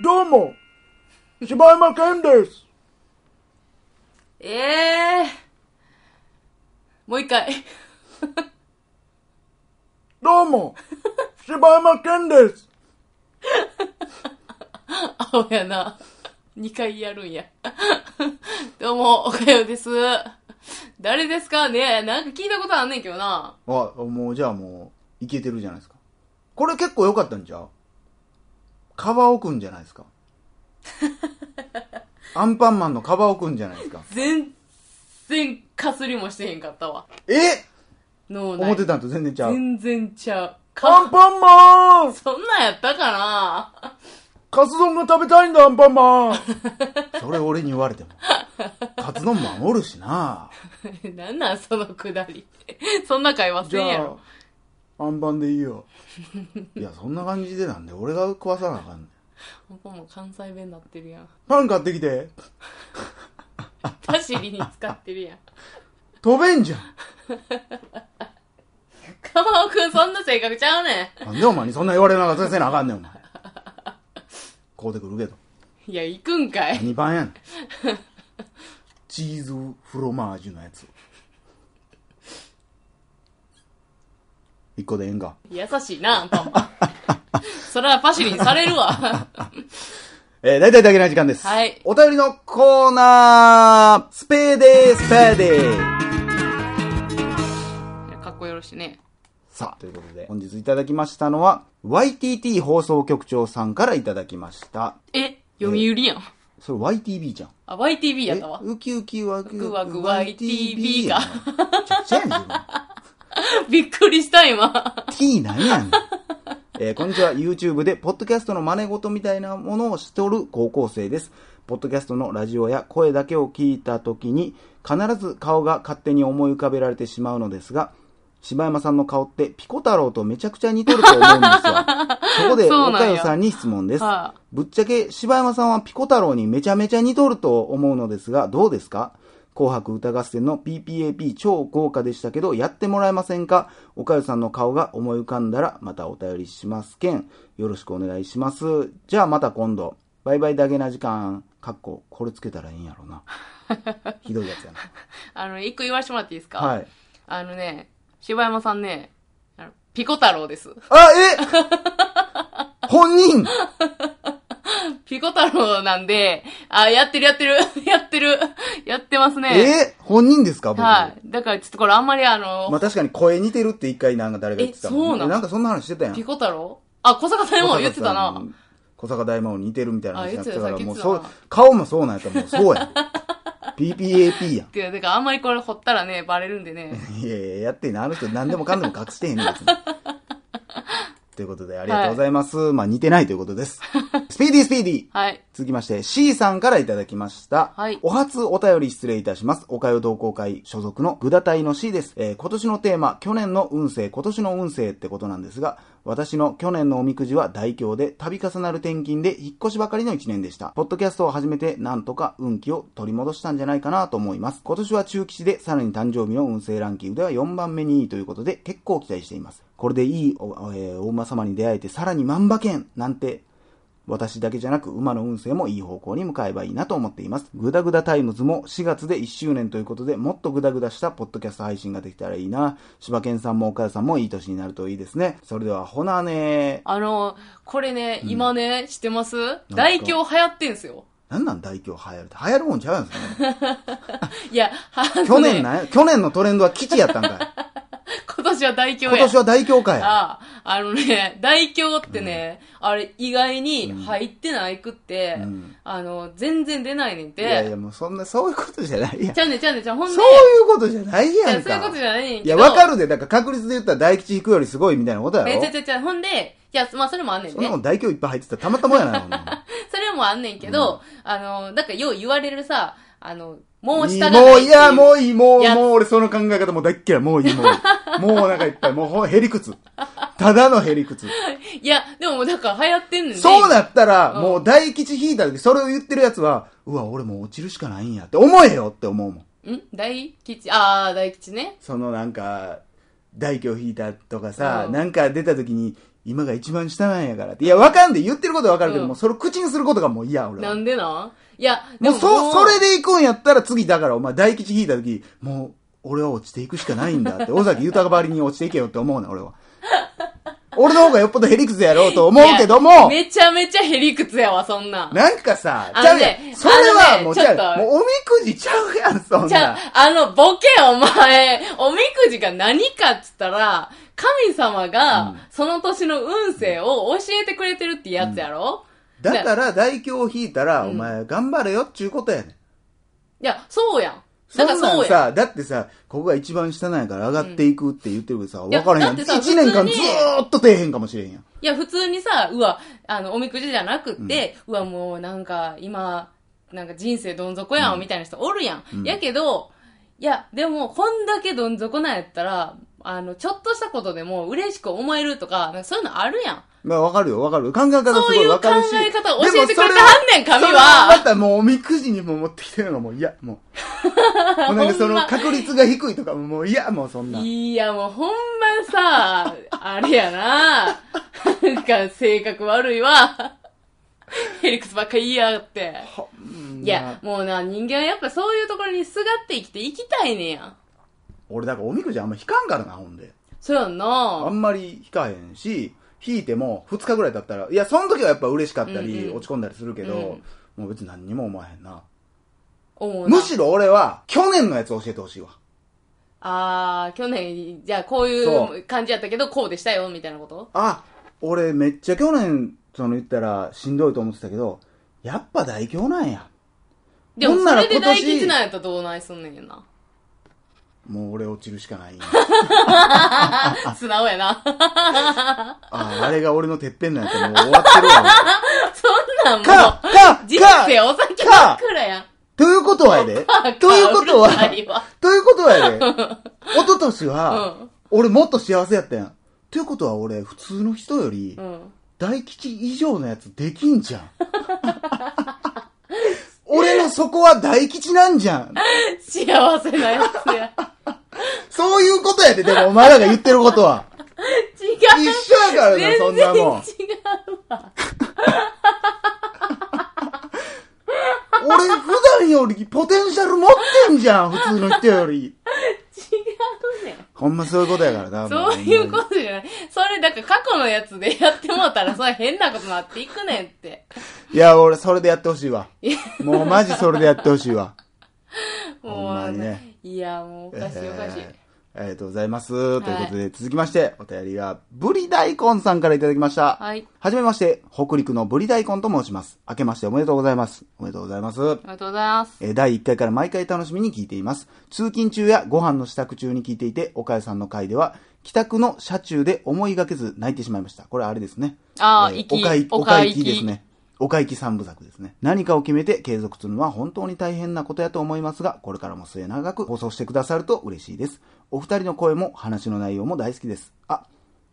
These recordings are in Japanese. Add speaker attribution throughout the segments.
Speaker 1: どうも、柴山健です。
Speaker 2: ええもう一回。
Speaker 1: どうも、柴山健です。
Speaker 2: 青やな。二回やるんや。 どうも、おかようです。誰ですかねなんか聞いたことあんねんけどな。
Speaker 1: あ、もうじゃあもう、いけてるじゃないですか。これ結構良かったんちゃうカバオくんじゃないですか。アンパンマンのカバオくんじゃないですか。
Speaker 2: 全然かすりもしてへんかったわ。
Speaker 1: え
Speaker 2: 脳
Speaker 1: 思
Speaker 2: 内
Speaker 1: ってたんと全然ちゃう。
Speaker 2: 全然ちゃう。
Speaker 1: アン
Speaker 2: か、
Speaker 1: パンマン
Speaker 2: そんなんやったかな
Speaker 1: カツ丼が食べたいんだ、アンパンマン それ俺に言われても。カツ丼守るしな。
Speaker 2: なん なんそのくだり。 そんな会話
Speaker 1: じ
Speaker 2: せんや
Speaker 1: ゃ
Speaker 2: ろ。
Speaker 1: あ、アンパンでいいよ。 いや、そんな感じでなんで、俺が食わさなあかんねん。
Speaker 2: ここも関西弁なってるやん。
Speaker 1: パン買ってきて。
Speaker 2: パシリに使ってるやん。
Speaker 1: 飛べんじゃん。
Speaker 2: カバオくんそんな性格ちゃうね
Speaker 1: なんでお前にそんな言われながら先生なあかんねん、お前。買うてくるけど。
Speaker 2: ん。いや、行くんかい。
Speaker 1: 何番やねん。チーズフロマージュのやつ。一個でええんか。
Speaker 2: 優しいな、アンパンマン。それはパシリにされるわ。
Speaker 1: えー、大体だけな時間です。
Speaker 2: はい
Speaker 1: お便りのコーナースペーデースペーデー
Speaker 2: かっこよろし いね。
Speaker 1: さあ、ということで、本日いただきましたのは、YTT 放送局長さんからいただきました。
Speaker 2: え、読売やん。
Speaker 1: それ YTB じゃん。
Speaker 2: あ、YTV やったわ
Speaker 1: え。ウキウキワク
Speaker 2: ワクワク YTB か
Speaker 1: めちゃくちゃやねん自分
Speaker 2: びっくりした、今。
Speaker 1: T なんやねん。 えーこんにちは。YouTube で、ポッドキャストの真似事みたいなものをしておる高校生です。ポッドキャストのラジオや声だけを聞いたときに、必ず顔が勝手に思い浮かべられてしまうのですが、柴山さんの顔ってピコ太郎とめちゃくちゃ似てると思うんです が、そこで
Speaker 2: そうなん
Speaker 1: 岡
Speaker 2: や
Speaker 1: 代さんに質問です。
Speaker 2: はあ あの、一個言わせてもらっていいですか
Speaker 1: な。はい。
Speaker 2: あのね、柴山さんね、あのピコ太郎です。
Speaker 1: あ、え本人
Speaker 2: ピコ太郎なんで、あ、やってるやってる、 やってる、やってますね。
Speaker 1: え本人ですか僕。
Speaker 2: はい。だからちょっとこれあんまりあの、
Speaker 1: まあ確かに声似てるって一回なんか誰が言ってたもん
Speaker 2: えそうなん
Speaker 1: なんかそんな話してたやん
Speaker 2: ピ。コ太郎あ、小坂さん も言ってたな。。
Speaker 1: 小坂大魔王に似てるみたいな話になってたか
Speaker 2: あ
Speaker 1: ら、
Speaker 2: 言
Speaker 1: も
Speaker 2: っ
Speaker 1: う
Speaker 2: てた
Speaker 1: そ
Speaker 2: 言っ
Speaker 1: う
Speaker 2: てたな、
Speaker 1: 顔もそうなんやったらもうそうやん。PPAP やん。
Speaker 2: てか、てかあんまりこれ掘ったらね、バレるんで ね。
Speaker 1: いやいや、やってんな。あの人何でもかんでも隠してへんねん、 別にということで、ありがとうございます。まあ似てないということ です。スピーディースピーディー
Speaker 2: はい。
Speaker 1: 続きまして、C さんからいただきました。
Speaker 2: はい
Speaker 1: お初お便り失礼いたします。おかよ同好会所属のグダ隊の C です。えー今年のテーマ、去年の運勢、今年の運勢ってことなんですが、私の去年のおみくじは大凶で、度重なる転勤で引っ越しばかりの1年でした。ポッドキャストを始めて、なんとか運気を取り戻したんじゃないかなと思います。今年は中吉で、さらに誕生日の運勢ランキングでは4番目にいいということで、結構期待しています。これでいいお、えーお馬様に出会えて、さらに万馬券なんて、私だけじゃなく馬の運勢もいい方向に向かえばいいなと思っています。グダグダタイムズも4月で1周年ということで、もっとグダグダしたポッドキャスト配信ができたらいいな。柴犬さんも岡田さんもいい年になるといいですね。それでは、ほなね
Speaker 2: あの、これね、今ね、知ってます
Speaker 1: か
Speaker 2: 大凶流行ってんすよ。
Speaker 1: なんなん大凶流行るって。流行るもんちゃうんです かね。
Speaker 2: いや、あのね
Speaker 1: 去年なんや去年のトレンドは基地やったん かい。
Speaker 2: 今年は大凶や。
Speaker 1: 今年は大凶かや。
Speaker 2: ああ、あのね、大凶ってね、あれ意外に入ってないくって、
Speaker 1: うん
Speaker 2: あの、全然出ないねん
Speaker 1: い
Speaker 2: て。
Speaker 1: やいや、もうそんな、そういうことじゃないやん。
Speaker 2: ちゃうねんちゃうねんちゃう。ほん
Speaker 1: そ
Speaker 2: で、
Speaker 1: ういうことじゃない
Speaker 2: い
Speaker 1: や
Speaker 2: や
Speaker 1: ん
Speaker 2: そういうこと
Speaker 1: か。
Speaker 2: じゃないねん
Speaker 1: い
Speaker 2: けど。
Speaker 1: や、わかるで。だから確率で言ったら大吉引くよりすごいみたいなことや
Speaker 2: え
Speaker 1: ろ
Speaker 2: ちゃう。ちゃうちゃうほんで、いや、まあそれもあんねん
Speaker 1: そんな
Speaker 2: ね
Speaker 1: も。ん大凶いっぱい入ってたらたまたまやな、ほんな
Speaker 2: それもあんねんけど、あの、なんかよう言われるさ、あの、もう
Speaker 1: いい
Speaker 2: 下が
Speaker 1: もういや、も
Speaker 2: う。
Speaker 1: ういい、もう、
Speaker 2: やつ
Speaker 1: もう俺その考え方もう大っ嫌い、もういい、もうい い。もうお腹いっぱい、もうほへりくつ。ただのへりくつ。
Speaker 2: いや、でもだから流行ってんねんね
Speaker 1: そうなったら、
Speaker 2: うん
Speaker 1: もう大吉引いた時、それを言ってるやつは、うわ、俺もう落ちるしかないんやって思えよって思うもん。
Speaker 2: ん大吉ああ、大吉ね。
Speaker 1: そのなんか、大胸引いたとかさ、
Speaker 2: うん
Speaker 1: なんか出た時に、今が一番下なんやからって。いや、わかんで、言ってることはわかるけど
Speaker 2: うん
Speaker 1: も、それを口にすることがもう嫌、俺は。
Speaker 2: な
Speaker 1: も
Speaker 2: んでなんいや、
Speaker 1: う、そ、それで行くんやったら次、だからお前大吉引いた時、もう、俺は落ちていくしかないんだって、尾崎豊ばりに落ちていけよって思うな、俺は。俺の方がよっぽどヘリクスやろうと思うけども、
Speaker 2: めちゃめちゃへりくつやわ、そんなん。
Speaker 1: なんかさ、
Speaker 2: あ
Speaker 1: ちゃ
Speaker 2: の
Speaker 1: う
Speaker 2: ね
Speaker 1: やん。それは
Speaker 2: あのね
Speaker 1: もうち
Speaker 2: ちょっ
Speaker 1: ゃ
Speaker 2: と
Speaker 1: うやん。もうおみくじちゃうやん、そん
Speaker 2: じゃ
Speaker 1: な。
Speaker 2: あ、あの、ボケお前、おみくじが何かっつったら、神様
Speaker 1: う
Speaker 2: が
Speaker 1: ん、
Speaker 2: その年の運勢を教えてくれてるってやつやろ、
Speaker 1: だから、大凶を引いたら、
Speaker 2: うん
Speaker 1: お前、頑張れよっちゅうことやねん。
Speaker 2: いや、そうやん。
Speaker 1: そ
Speaker 2: だ
Speaker 1: ん
Speaker 2: から
Speaker 1: な
Speaker 2: そ
Speaker 1: ん
Speaker 2: うやん。
Speaker 1: さ、だってさ、ここが一番下なんやから上がっていくって言ってるけどさ、
Speaker 2: いや
Speaker 1: わからへんやん。
Speaker 2: だってさ
Speaker 1: 一年間
Speaker 2: 普
Speaker 1: ず
Speaker 2: 通に
Speaker 1: ーっと出えへんかもしれへんやん。
Speaker 2: いや、普通にさ、うわ、あの、おみくじじゃなくって、うわ、もうなんか、今、なんか人生どん底やん、みたいな人おるやん。
Speaker 1: ん
Speaker 2: やけど、いや、でも、こんだけどん底なんやったら、あの、ちょっとしたことでも嬉しく思えるとか、なんかそういうのあるやん。
Speaker 1: まあ、わかるよ、わかる。考え方
Speaker 2: そ
Speaker 1: すご
Speaker 2: うい
Speaker 1: いうわ
Speaker 2: 考
Speaker 1: かるし。
Speaker 2: え方を
Speaker 1: で
Speaker 2: 教
Speaker 1: も
Speaker 2: えてく
Speaker 1: そ
Speaker 2: れ
Speaker 1: れ
Speaker 2: て
Speaker 1: を
Speaker 2: はんねん、神
Speaker 1: それをま
Speaker 2: は。
Speaker 1: たもうおみくじにも持ってきてるのがもう嫌、も う。もうなんかそ
Speaker 2: ほん
Speaker 1: の
Speaker 2: ま
Speaker 1: 確率が低いとかももう嫌、もうそんな。
Speaker 2: いや、もうほんまさ、あれやな。なんか、性格悪いわ。ヘリクスばっか言いやがって。
Speaker 1: ほんま
Speaker 2: いや、もうな、人間はやっぱそういうところにすがって生きていきたいねや。
Speaker 1: 俺だからおみくじあんま引かんからな、ほんで。
Speaker 2: そうやん
Speaker 1: あ
Speaker 2: な。
Speaker 1: んまり引かへんし、引いても2日ぐらい経ったら、いや、その時はやっぱ嬉しかったり、
Speaker 2: うんうん
Speaker 1: 落ち込んだりするけど、
Speaker 2: うん
Speaker 1: もう別に何にも思わへんな。
Speaker 2: 思うな
Speaker 1: むしろ俺は、去年のやつ教えてほしいわ。
Speaker 2: あー、去年、じゃあこう
Speaker 1: そ
Speaker 2: いう感じやったけど、こうでしたよ、みたいなこと
Speaker 1: あ、俺めっちゃ去年、その言ったらしんどいと思ってたけど、やっぱ大凶なんや。
Speaker 2: でも、
Speaker 1: ほん
Speaker 2: そ
Speaker 1: なら
Speaker 2: れで
Speaker 1: 今
Speaker 2: 大
Speaker 1: 年
Speaker 2: 吉なんやったらどうないすんねんやな。
Speaker 1: もう俺落ちるしかない。
Speaker 2: 素直やな。
Speaker 1: あ、あれが俺のてっぺんなんやったらもう終わってるわ。
Speaker 2: そんなんも
Speaker 1: か、か、
Speaker 2: う、
Speaker 1: か、
Speaker 2: 人生お酒ばっくらやん。
Speaker 1: ということはや で。ということは
Speaker 2: うるさ、いわ
Speaker 1: ということはやで。一昨年は、
Speaker 2: うん
Speaker 1: 俺もっと幸せやったやん。ということは俺、普通の人より
Speaker 2: う、ん。
Speaker 1: 大吉以上のやつできんじゃん。 俺のそこは大吉なんじゃん。
Speaker 2: 幸せなや つや。
Speaker 1: そういうことやで、でもお前らが言ってること は。
Speaker 2: 違う。
Speaker 1: 一緒やからな、そんなもん。
Speaker 2: 全然違う。
Speaker 1: 俺普段よりポテンシャル持ってんじゃん、普通の人より。
Speaker 2: 違うねん。
Speaker 1: ほんまそういうことやからな。も
Speaker 2: そういうことじゃない。それ、だから過去のやつでやってもうたら、それ変なことになっていくねんって。
Speaker 1: いや、俺それでやってほしいわ
Speaker 2: いや。
Speaker 1: もうマジそれでやってほしいわ。ほ
Speaker 2: も
Speaker 1: んま
Speaker 2: う
Speaker 1: にね。
Speaker 2: いや、もうおかしいおかしい。
Speaker 1: えーありがとうございます。ということで、続きまして、お便りは、ブリ大根さんからいただきました。
Speaker 2: はい。
Speaker 1: はじめまして、北陸のブリ大根と申します。明けましておめでとうございます。おめでとうございます。
Speaker 2: ありがとうございます。
Speaker 1: えー第1回から毎回楽しみに聞いています。通勤中やご飯の支度中に聞いていて、岡谷さんの回では、帰宅の車中で思いがけず泣いてしまいました。これあれですね。
Speaker 2: あ
Speaker 1: え
Speaker 2: ー
Speaker 1: ー
Speaker 2: 行き
Speaker 1: おかい、お
Speaker 2: お
Speaker 1: か
Speaker 2: か
Speaker 1: い
Speaker 2: い
Speaker 1: きですね。おかいき三部作ですね。何かを決めて継続するのは本当に大変なことやと思いますが、これからも末長く放送してくださると嬉しいです。お二人の声も話の内容も大好きです。あ、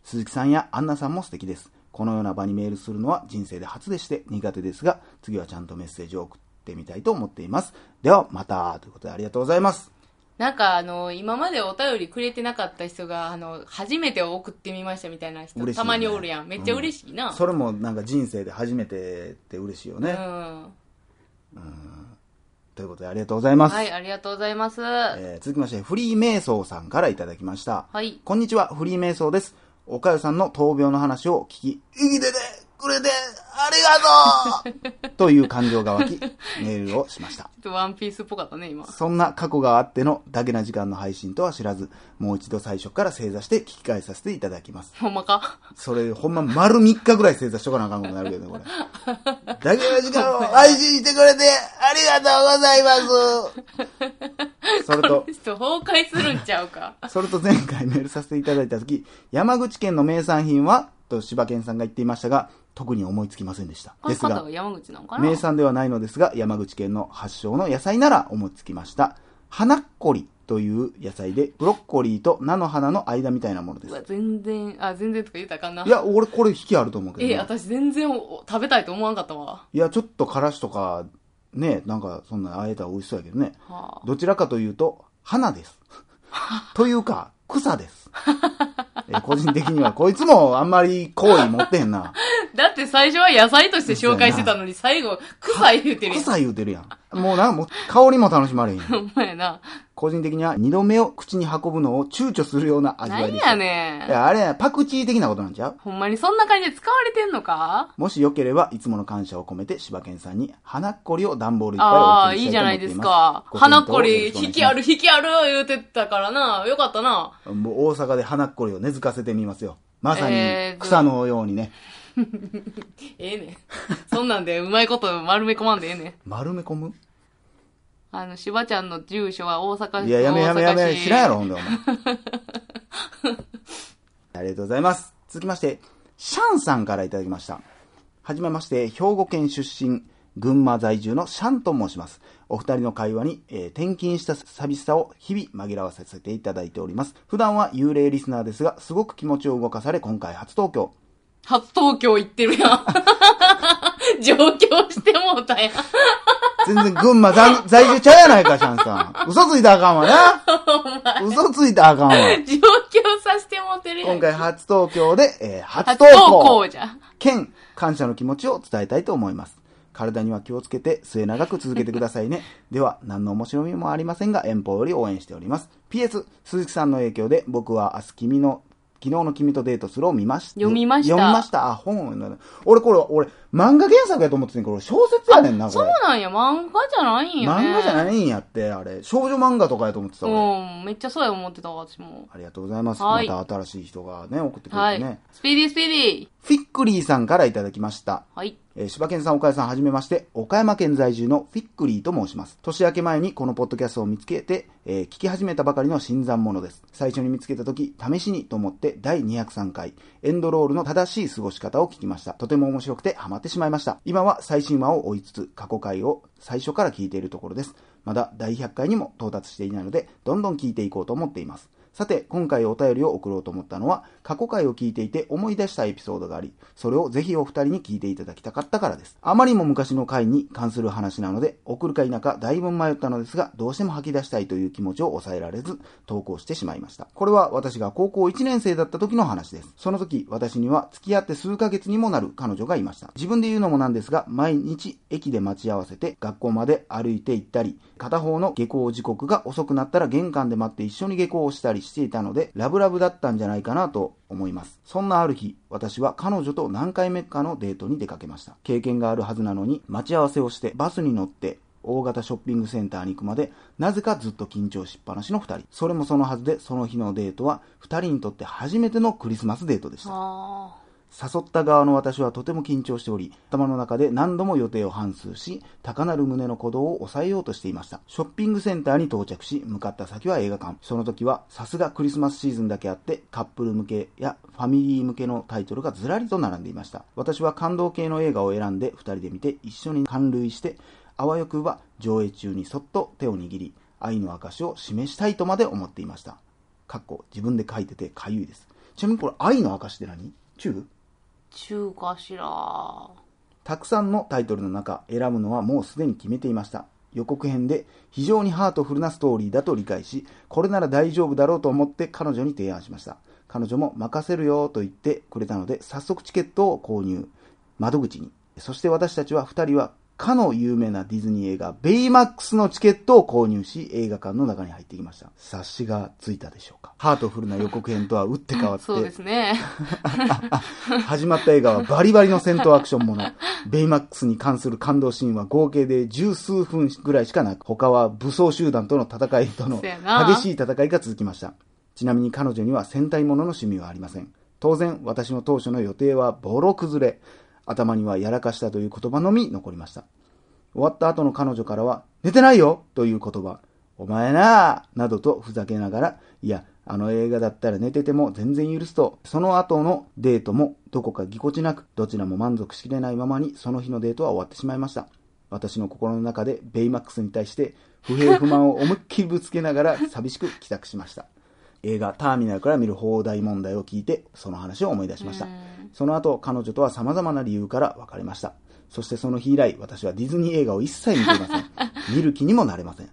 Speaker 1: 鈴木さんやアンナさんも素敵です。このような場にメールするのは人生で初でして苦手ですが、次はちゃんとメッセージを送ってみたいと思っています。では、またということでありがとうございます。
Speaker 2: なんか、あの、今までお便りくれてなかった人が、あの、初めて送ってみましたみたいな人、
Speaker 1: 嬉しいよね
Speaker 2: たまにおるやん。めっちゃ嬉しいな。
Speaker 1: それもなんか人生で初めてって嬉しいよね。
Speaker 2: うん。
Speaker 1: ということでありがとうございます。
Speaker 2: はい、ありがとうございます。
Speaker 1: えー続きまして、フリーメイソーさんからいただきました。
Speaker 2: はい
Speaker 1: こんにちは、フリーメイソーです。おかゆさんの闘病の話を聞き、生きててくれてありがとうという感情が湧き、メールをしました。
Speaker 2: ちょっとワンピースっぽかったね、今。
Speaker 1: そんな過去があってのだけな時間の配信とは知らず、もう一度最初から正座して聞き返させていただきます。
Speaker 2: ほんまか
Speaker 1: それ、ほんま丸3日ぐらい正座しとかなあかんことになるけどね、これ。だけの時間を配信してくれてありがとうございます。それと
Speaker 2: ち、ょっと崩壊するんちゃうか。
Speaker 1: それと前回メールさせていただいた時、山口県の名産品はと柴犬さんが言っていましたが、特に思いつきませんでした。
Speaker 2: こ
Speaker 1: で
Speaker 2: の
Speaker 1: す
Speaker 2: 方
Speaker 1: が
Speaker 2: が、山口なのかな
Speaker 1: 名産ではないのですが、山口県の発祥の野菜なら思いつきました。花っこりという野菜で、ブロッコリーと菜の花の間みたいなもので
Speaker 2: うわ、
Speaker 1: す。
Speaker 2: 全然、あ、全然とか言うたらあかんな。
Speaker 1: いや、俺これ引きあると思うけど
Speaker 2: え、
Speaker 1: ね、
Speaker 2: 私全然お食べたいと思わんかったわ。
Speaker 1: いや、ちょっとからしとか、ね、なんかそんなあえたら美味しそうやけどね。
Speaker 2: はあ、
Speaker 1: どちらかというと、花です。というか、草です。えー個人的には、こいつもあんまり好意持ってへんな。
Speaker 2: だって最初は野菜として紹介してたのに、最後、臭い言うてるやん。
Speaker 1: 草言うてるやん。もうな、もう香りも楽しまれへん。
Speaker 2: ほんまやな。
Speaker 1: 個人的には二度目を口に運ぶのを躊躇するような味わい
Speaker 2: 何
Speaker 1: でした。
Speaker 2: やね
Speaker 1: い
Speaker 2: ん。
Speaker 1: や、あれや、パクチー的なことなんちゃう
Speaker 2: ほんまにそんな感じで使われてんのか
Speaker 1: もしよければ、いつもの感謝を込めて、柴犬さんに、花っこりを段ボールいっぱい
Speaker 2: あ
Speaker 1: お
Speaker 2: あ、
Speaker 1: 送り
Speaker 2: いい
Speaker 1: し
Speaker 2: じゃな
Speaker 1: た
Speaker 2: い
Speaker 1: いと思ってい
Speaker 2: です
Speaker 1: ます。
Speaker 2: か。
Speaker 1: ご
Speaker 2: 花っ
Speaker 1: 検
Speaker 2: こ
Speaker 1: 討をよろ
Speaker 2: り、
Speaker 1: しくお願いし
Speaker 2: 引き
Speaker 1: ま
Speaker 2: あ
Speaker 1: す
Speaker 2: る、引きある言うてたからな。よかったな。
Speaker 1: もう大阪で花っこりを根付かせてみますよ。まさに
Speaker 2: え、ーと
Speaker 1: 草のようにね、
Speaker 2: ええねん。 そんなんで、うまいこと丸め込まんでええねん。
Speaker 1: 丸め込む
Speaker 2: あの、しばちゃんの住所は大阪
Speaker 1: いや、やめやめや
Speaker 2: 大
Speaker 1: め、
Speaker 2: 阪市
Speaker 1: 知らんやろ、ほんで、お前。 ありがとうございます。続きまして、シャンさんからいただきました。はじめまして、兵庫県出身、群馬在住のシャンと申します。お二人の会話に、えー転勤した寂しさを日々紛らわせていただいております。普段は幽霊リスナーですが、すごく気持ちを動かされ、今回初東京。
Speaker 2: 初東京行ってるやん。 上京してもうたやん。
Speaker 1: 全然群馬在在住ちゃうやないか、シャンさん。嘘ついたらあかんわな。嘘ついたらあかんわ。
Speaker 2: 上京させてもうてるやん。
Speaker 1: 今回初東京で、えー初
Speaker 2: 初
Speaker 1: 投
Speaker 2: 登
Speaker 1: 稿
Speaker 2: 校じゃ。
Speaker 1: 兼感謝の気持ちを伝えたいと思います。体には気をつけて末永く続けてくださいね。では、何の面白みもありませんが、遠方より応援しております。PS、鈴木さんの影響で僕は明日君の、昨日の君とデートするを見ました。
Speaker 2: 読みました
Speaker 1: 読みました。あ、本なの俺これ、俺、漫画原作やと思ってたんやけど、これ小説やねんな、こ
Speaker 2: そう
Speaker 1: れ。
Speaker 2: なんや、漫画じゃないんや、ね。
Speaker 1: 漫画じゃ
Speaker 2: い
Speaker 1: ないんやって、あれ。少女漫画とかやと思ってた、俺。
Speaker 2: うん、めっちゃそうや思ってたわ、私も。
Speaker 1: ありがとうございます。
Speaker 2: はい
Speaker 1: また新しい人がね、送ってくれ
Speaker 2: は
Speaker 1: てね。
Speaker 2: い。スピーディースピーディー。
Speaker 1: フィックリーさんからいただきました。
Speaker 2: はい。
Speaker 1: えー柴犬さん、岡谷さん、はじめまして、岡山県在住のフィックリーと申します。年明け前にこのポッドキャストを見つけて、えー聞き始めたばかりの新参者です。最初に見つけた時、試しにと思って第203回、エンドロールの正しい過ごし方を聞きました。とても面白くてハマってしまいました。今は最新話を追いつつ、過去回を最初から聞いているところです。まだ第100回にも到達していないので、どんどん聞いていこうと思っています。さて、今回お便りを送ろうと思ったのは、過去回を聞いていて思い出したエピソードがあり、それをぜひお二人に聞いていただきたかったからです。あまりも昔の回に関する話なので、送るか否かだいぶ迷ったのですが、どうしても吐き出したいという気持ちを抑えられず、投稿してしまいました。これは私が高校1年生だった時の話です。その時、私には付き合って数ヶ月にもなる彼女がいました。自分で言うのもなんですが、毎日駅で待ち合わせて、学校まで歩いて行ったり、片方の下校時刻が遅くなったら玄関で待って一緒に下校をしたりしていたので、ラブラブだったんじゃないかなと思います。そんなある日、私は彼女と何回目かのデートに出かけました。経験があるはずなのに、待ち合わせをしてバスに乗って、大型ショッピングセンターに行くまで、なぜかずっと緊張しっぱなしの二人。それもそのはずで、その日のデートは、二人にとって初めてのクリスマスデートでした。
Speaker 2: あ
Speaker 1: 誘った側の私はとても緊張しており、頭の中で何度も予定を反数し、高なる胸の鼓動を抑えようとしていました。ショッピングセンターに到着し、向かった先は映画館。その時は、さすがクリスマスシーズンだけあって、カップル向けやファミリー向けのタイトルがずらりと並んでいました。私は感動系の映画を選んで、二人で見て、一緒に感涙して、あわよくば上映中にそっと手を握り、愛の証を示したいとまで思っていました。かっこ、自分で書いててかゆいです。ちなみにこれ、愛の証って何チュー
Speaker 2: ー。中かしら。
Speaker 1: たくさんのタイトルの中選ぶのはもうすでに決めていました予告編で非常にハートフルなストーリーだと理解しこれなら大丈夫だろうと思って彼女に提案しました彼女も任せるよと言ってくれたので早速チケットを購入窓口にそして私たちは2人はかの有名なディズニー映画ベイマックスのチケットを購入し映画館の中に入っていきました察しがついたでしょう かハートフルな予告編とは打って変わって
Speaker 2: そうですね。
Speaker 1: 始まった映画はバリバリの戦闘アクションもの。ベイマックスに関する感動シーンは合計で十数分ぐらいしかなく、他は武装集団との戦いとの
Speaker 2: せやな
Speaker 1: 激しい戦いが続きました。ちなみに彼女には戦隊ものの趣味はありません。当然、私の当初の予定はボロ崩れ。頭にはやらかしたという言葉のみ残りました。終わった後の彼女からは、寝てないよという言葉、お前なぁなどとふざけながら、いや、あの映画だったら寝てても全然許すと、その後のデートもどこかぎこちなく、どちらも満足しきれないままに、その日のデートは終わってしまいました。私の心の中でベイマックスに対して、不平不満を思いっきりぶつけながら寂しく帰宅しました。映画ターミナルから見る放題問題を聞いて、その話を思い出しました。その後、彼女とは様々な理由から別れました。そしてその日以来、私はディズニー映画を一切見ていません。見る気にもなれません。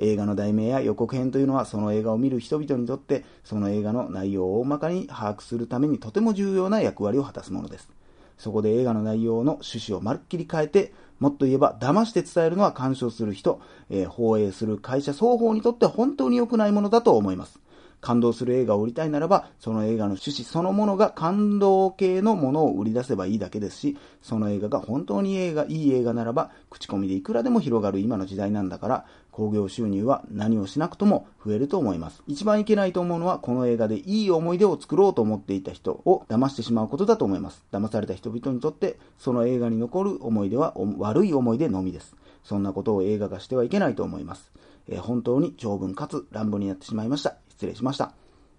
Speaker 1: 映画の題名や予告編というのはその映画を見る人々にとってその映画の内容を大まかに把握するためにとても重要な役割を果たすものです。そこで映画の内容の趣旨をまるっきり変えて、もっと言えば騙して伝えるのは鑑賞する人、えー放映する会社双方にとって本当に良くないものだと思います。感動する映画を売りたいならば、その映画の趣旨そのものが感動系のものを売り出せばいいだけですし、その映画が本当に映画、いい映画ならば、口コミでいくらでも広がる今の時代なんだから、興行収入は何をしなくとも増えると思います。一番いけないと思うのは、この映画でいい思い出を作ろうと思っていた人を騙してしまうことだと思います。騙された人々にとって、その映画に残る思い出はお悪い思い出のみです。そんなことを映画化してはいけないと思います。えー本当に長文かつ乱暴になってしまいました。失礼しました。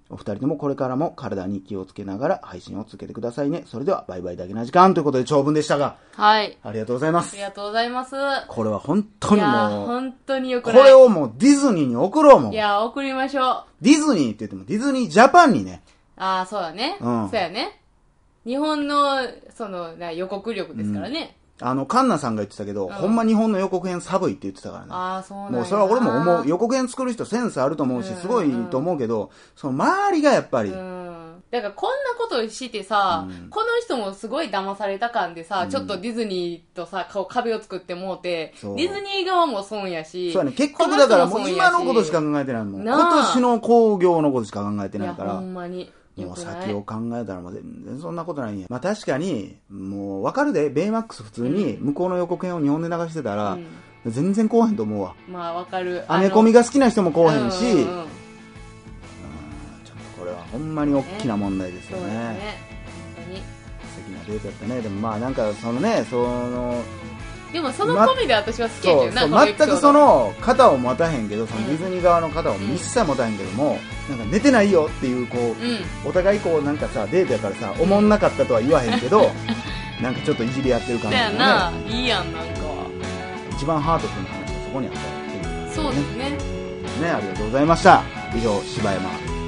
Speaker 1: お二人ともこれからも体に気をつけながら配信を続けてくださいね。それでは、バイバイだけな時間ということで長文でしたが、
Speaker 2: はい。
Speaker 1: ありがとうございま
Speaker 2: あ
Speaker 1: す
Speaker 2: り。がとうございます。
Speaker 1: これは本当
Speaker 2: い
Speaker 1: に
Speaker 2: や
Speaker 1: もう、
Speaker 2: 本当によく
Speaker 1: こ
Speaker 2: ない。
Speaker 1: れをもうディズニーに送ろうもん。
Speaker 2: い
Speaker 1: デ
Speaker 2: や、送りましょう。
Speaker 1: ィズニーって言ってもディズニージャパンにね、
Speaker 2: ああ、そうだね。
Speaker 1: うん
Speaker 2: そうやね。日本の、その、な予告力ですからね。
Speaker 1: あの、カンナさんが言ってたけど、
Speaker 2: ん
Speaker 1: ほんま日本の予告編寒いって言ってたからね。
Speaker 2: ああ、そうなんや
Speaker 1: もうそれは俺も思う。予告編作る人センスあると思うし、すごいと思うけど、その周りがやっぱり、
Speaker 2: うん。だからこんなことしてさ、この人もすごい騙された感でさ、ちょっとディズニーとさ、顔壁を作ってもうて、デ
Speaker 1: そう
Speaker 2: ィズニー側も損やし、
Speaker 1: そうやね、結局だからも
Speaker 2: こ
Speaker 1: う
Speaker 2: 人
Speaker 1: 今のことしか
Speaker 2: 損や
Speaker 1: 考えてないもん。
Speaker 2: なあ
Speaker 1: 今年の興行のことしか考えて
Speaker 2: い
Speaker 1: ない
Speaker 2: や、
Speaker 1: か
Speaker 2: ほ
Speaker 1: ら、
Speaker 2: んまに。
Speaker 1: もう
Speaker 2: 良くない
Speaker 1: 先を考えたらもう全然そんなことないんや。まあ確かに、もうわかるで、ベイマックス普通に向こうの予告編を日本で流してたら、全然こうへんと思うわ。
Speaker 2: まあわかる。
Speaker 1: アメコミが好きな人もこうへんし、
Speaker 2: うんうんうん
Speaker 1: ちょっとこれはほんまに大きな問題です
Speaker 2: そ
Speaker 1: よ
Speaker 2: うです
Speaker 1: ね。
Speaker 2: ね。本当に。
Speaker 1: 素敵なデートやったね。でもまあなんかそのね、その、
Speaker 2: でもその
Speaker 1: ま
Speaker 2: 込みで私は好きや
Speaker 1: そ
Speaker 2: け
Speaker 1: う
Speaker 2: ど
Speaker 1: そ
Speaker 2: な、
Speaker 1: う
Speaker 2: このエ
Speaker 1: 全
Speaker 2: ピソード
Speaker 1: くそ、の肩を持たへんけど、その
Speaker 2: うん
Speaker 1: ディズニー側の肩を一切持たへんけども、なんか寝てないよっていうこう、
Speaker 2: う
Speaker 1: お互いこうなんかさデートやからさおもんなかったとは言わへんけ どなんかちょっといじり合ってる
Speaker 2: ん。
Speaker 1: 感
Speaker 2: だ
Speaker 1: じ
Speaker 2: や
Speaker 1: が
Speaker 2: な
Speaker 1: ね、
Speaker 2: いいやん、なんか。
Speaker 1: 一番ハートフルな話がそこにあったっていう
Speaker 2: そうですね。
Speaker 1: ねありがとうございました以上柴山